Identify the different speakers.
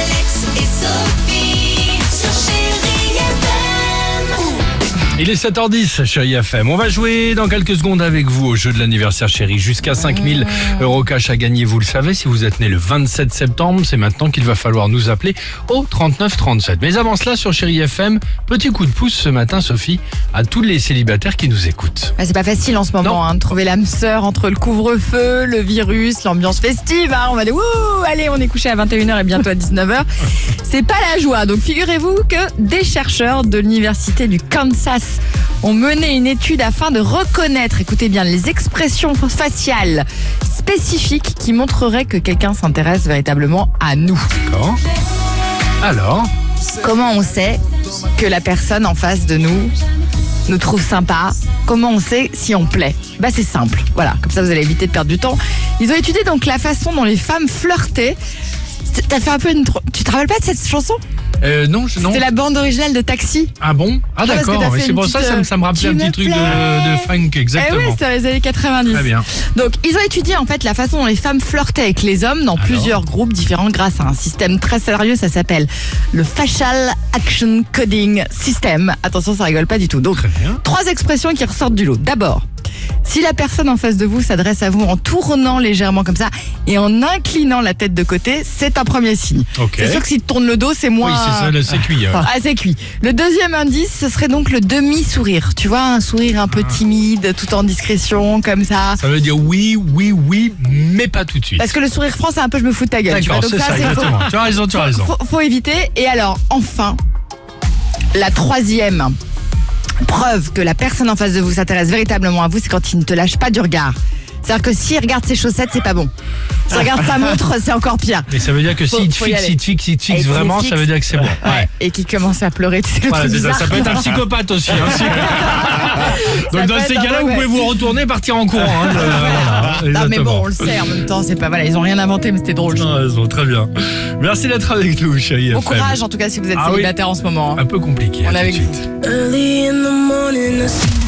Speaker 1: Alex et Sophie sur Chérie FM.
Speaker 2: Il est 7h10, chérie FM. On va jouer dans quelques secondes avec vous au jeu de l'anniversaire, chérie. Jusqu'à 5000 euros cash à gagner, vous le savez. Si vous êtes né le 27 septembre, c'est maintenant qu'il va falloir nous appeler au 3937. Mais avant cela, sur chérie FM, petit coup de pouce ce matin, Sophie, à tous les célibataires qui nous écoutent.
Speaker 3: Bah, c'est pas facile en ce
Speaker 2: Non.
Speaker 3: moment hein, de trouver l'âme sœur entre le couvre-feu, le virus, l'ambiance festive. hein. on va dire Wouh, allez, on est couché à 21h et bientôt à 19h. C'est pas la joie. Donc figurez-vous que des chercheurs de l'université du Kansas ont mené une étude afin de reconnaître, écoutez bien, les expressions faciales spécifiques qui montreraient que quelqu'un s'intéresse véritablement à nous.
Speaker 2: D'accord Alors
Speaker 3: Comment on sait que la personne en face de nous nous trouve sympa Comment on sait si on plaît Bah c'est simple, voilà, comme ça vous allez éviter de perdre du temps. Ils ont étudié donc la façon dont les femmes flirtaient. T'as fait un peu une... tro- Tu te rappelles pas de cette chanson
Speaker 2: euh, Non, je, non.
Speaker 3: C'était la bande originale de Taxi.
Speaker 2: Ah bon Ah
Speaker 3: parce que
Speaker 2: d'accord,
Speaker 3: t'as
Speaker 2: Oui,
Speaker 3: fait
Speaker 2: c'est
Speaker 3: une
Speaker 2: pour ça
Speaker 3: petite,
Speaker 2: ça me, ça me rappelait
Speaker 3: euh,
Speaker 2: un
Speaker 3: tu
Speaker 2: petit
Speaker 3: me
Speaker 2: truc de,
Speaker 3: plais.
Speaker 2: de funk, exactement.
Speaker 3: Eh ouais, c'était dans les années 90.
Speaker 2: Très bien.
Speaker 3: Donc, ils ont étudié en fait la façon dont les femmes flirtaient avec les hommes dans plusieurs groupes différents grâce à un système très sérieux. Ça s'appelle le Facial Action Coding System. Attention, ça rigole pas du tout. Donc,
Speaker 2: Très bien.
Speaker 3: trois expressions qui ressortent du lot. D'abord, si la personne en face de vous s'adresse à vous en tournant légèrement comme ça et en inclinant la tête de côté, c'est un premier signe.
Speaker 2: Ok.
Speaker 3: C'est sûr que s'il te tourne le dos, c'est moins.
Speaker 2: Oui, c'est ça, là, c'est cuit. hein.
Speaker 3: Ah, c'est cuit. Le deuxième indice, ce serait donc le demi-sourire. Tu vois, un sourire un peu
Speaker 2: Ah.
Speaker 3: timide, tout en discrétion, comme ça.
Speaker 2: Ça veut dire oui, oui, oui, mais pas tout de suite.
Speaker 3: Parce que le sourire franc, c'est un peu je me fous de ta gueule. tu vois.
Speaker 2: D'accord,
Speaker 3: Donc
Speaker 2: c'est ça,
Speaker 3: c'est-
Speaker 2: exactement. Tu as raison, tu as raison.
Speaker 3: faut, faut éviter. Et alors, enfin, la troisième preuve que la personne en face de vous s'intéresse véritablement à vous, c'est quand il ne te lâche pas du regard. C'est-à-dire que s'il regarde ses chaussettes, c'est pas bon. S'il regarde sa montre, c'est encore pire.
Speaker 2: Mais ça veut dire que
Speaker 3: Faut-
Speaker 2: s'il te
Speaker 3: faut y
Speaker 2: fixe,
Speaker 3: aller.
Speaker 2: s'il te fixe, s'il te
Speaker 3: Et
Speaker 2: fixe
Speaker 3: s'il
Speaker 2: vraiment,
Speaker 3: fixe.
Speaker 2: ça veut dire que c'est bon. Ouais.
Speaker 3: Et qui commence à pleurer, tu sais, le
Speaker 2: Voilà,
Speaker 3: truc
Speaker 2: c'est ça. Ça
Speaker 3: bizarre.
Speaker 2: peut être un psychopathe aussi. hein, si- Donc
Speaker 3: Ça
Speaker 2: dans
Speaker 3: peut
Speaker 2: ces
Speaker 3: être un
Speaker 2: cas-là,
Speaker 3: peu,
Speaker 2: vous
Speaker 3: ouais.
Speaker 2: pouvez vous retourner et partir en courant. hein, euh, voilà,
Speaker 3: Ah, Non mais bon,
Speaker 2: exactement.
Speaker 3: on le sait en même temps, c'est pas voilà, ils ont rien inventé mais c'était drôle.
Speaker 2: Tu as raison, très bien. Merci d'être avec nous, chérie.
Speaker 3: Bon
Speaker 2: FM.
Speaker 3: courage en tout cas si vous êtes
Speaker 2: Ah oui.
Speaker 3: célibataire en ce moment. hein.
Speaker 2: Un peu compliqué. à
Speaker 3: On est
Speaker 2: tout de
Speaker 3: avec
Speaker 2: suite.
Speaker 3: vous.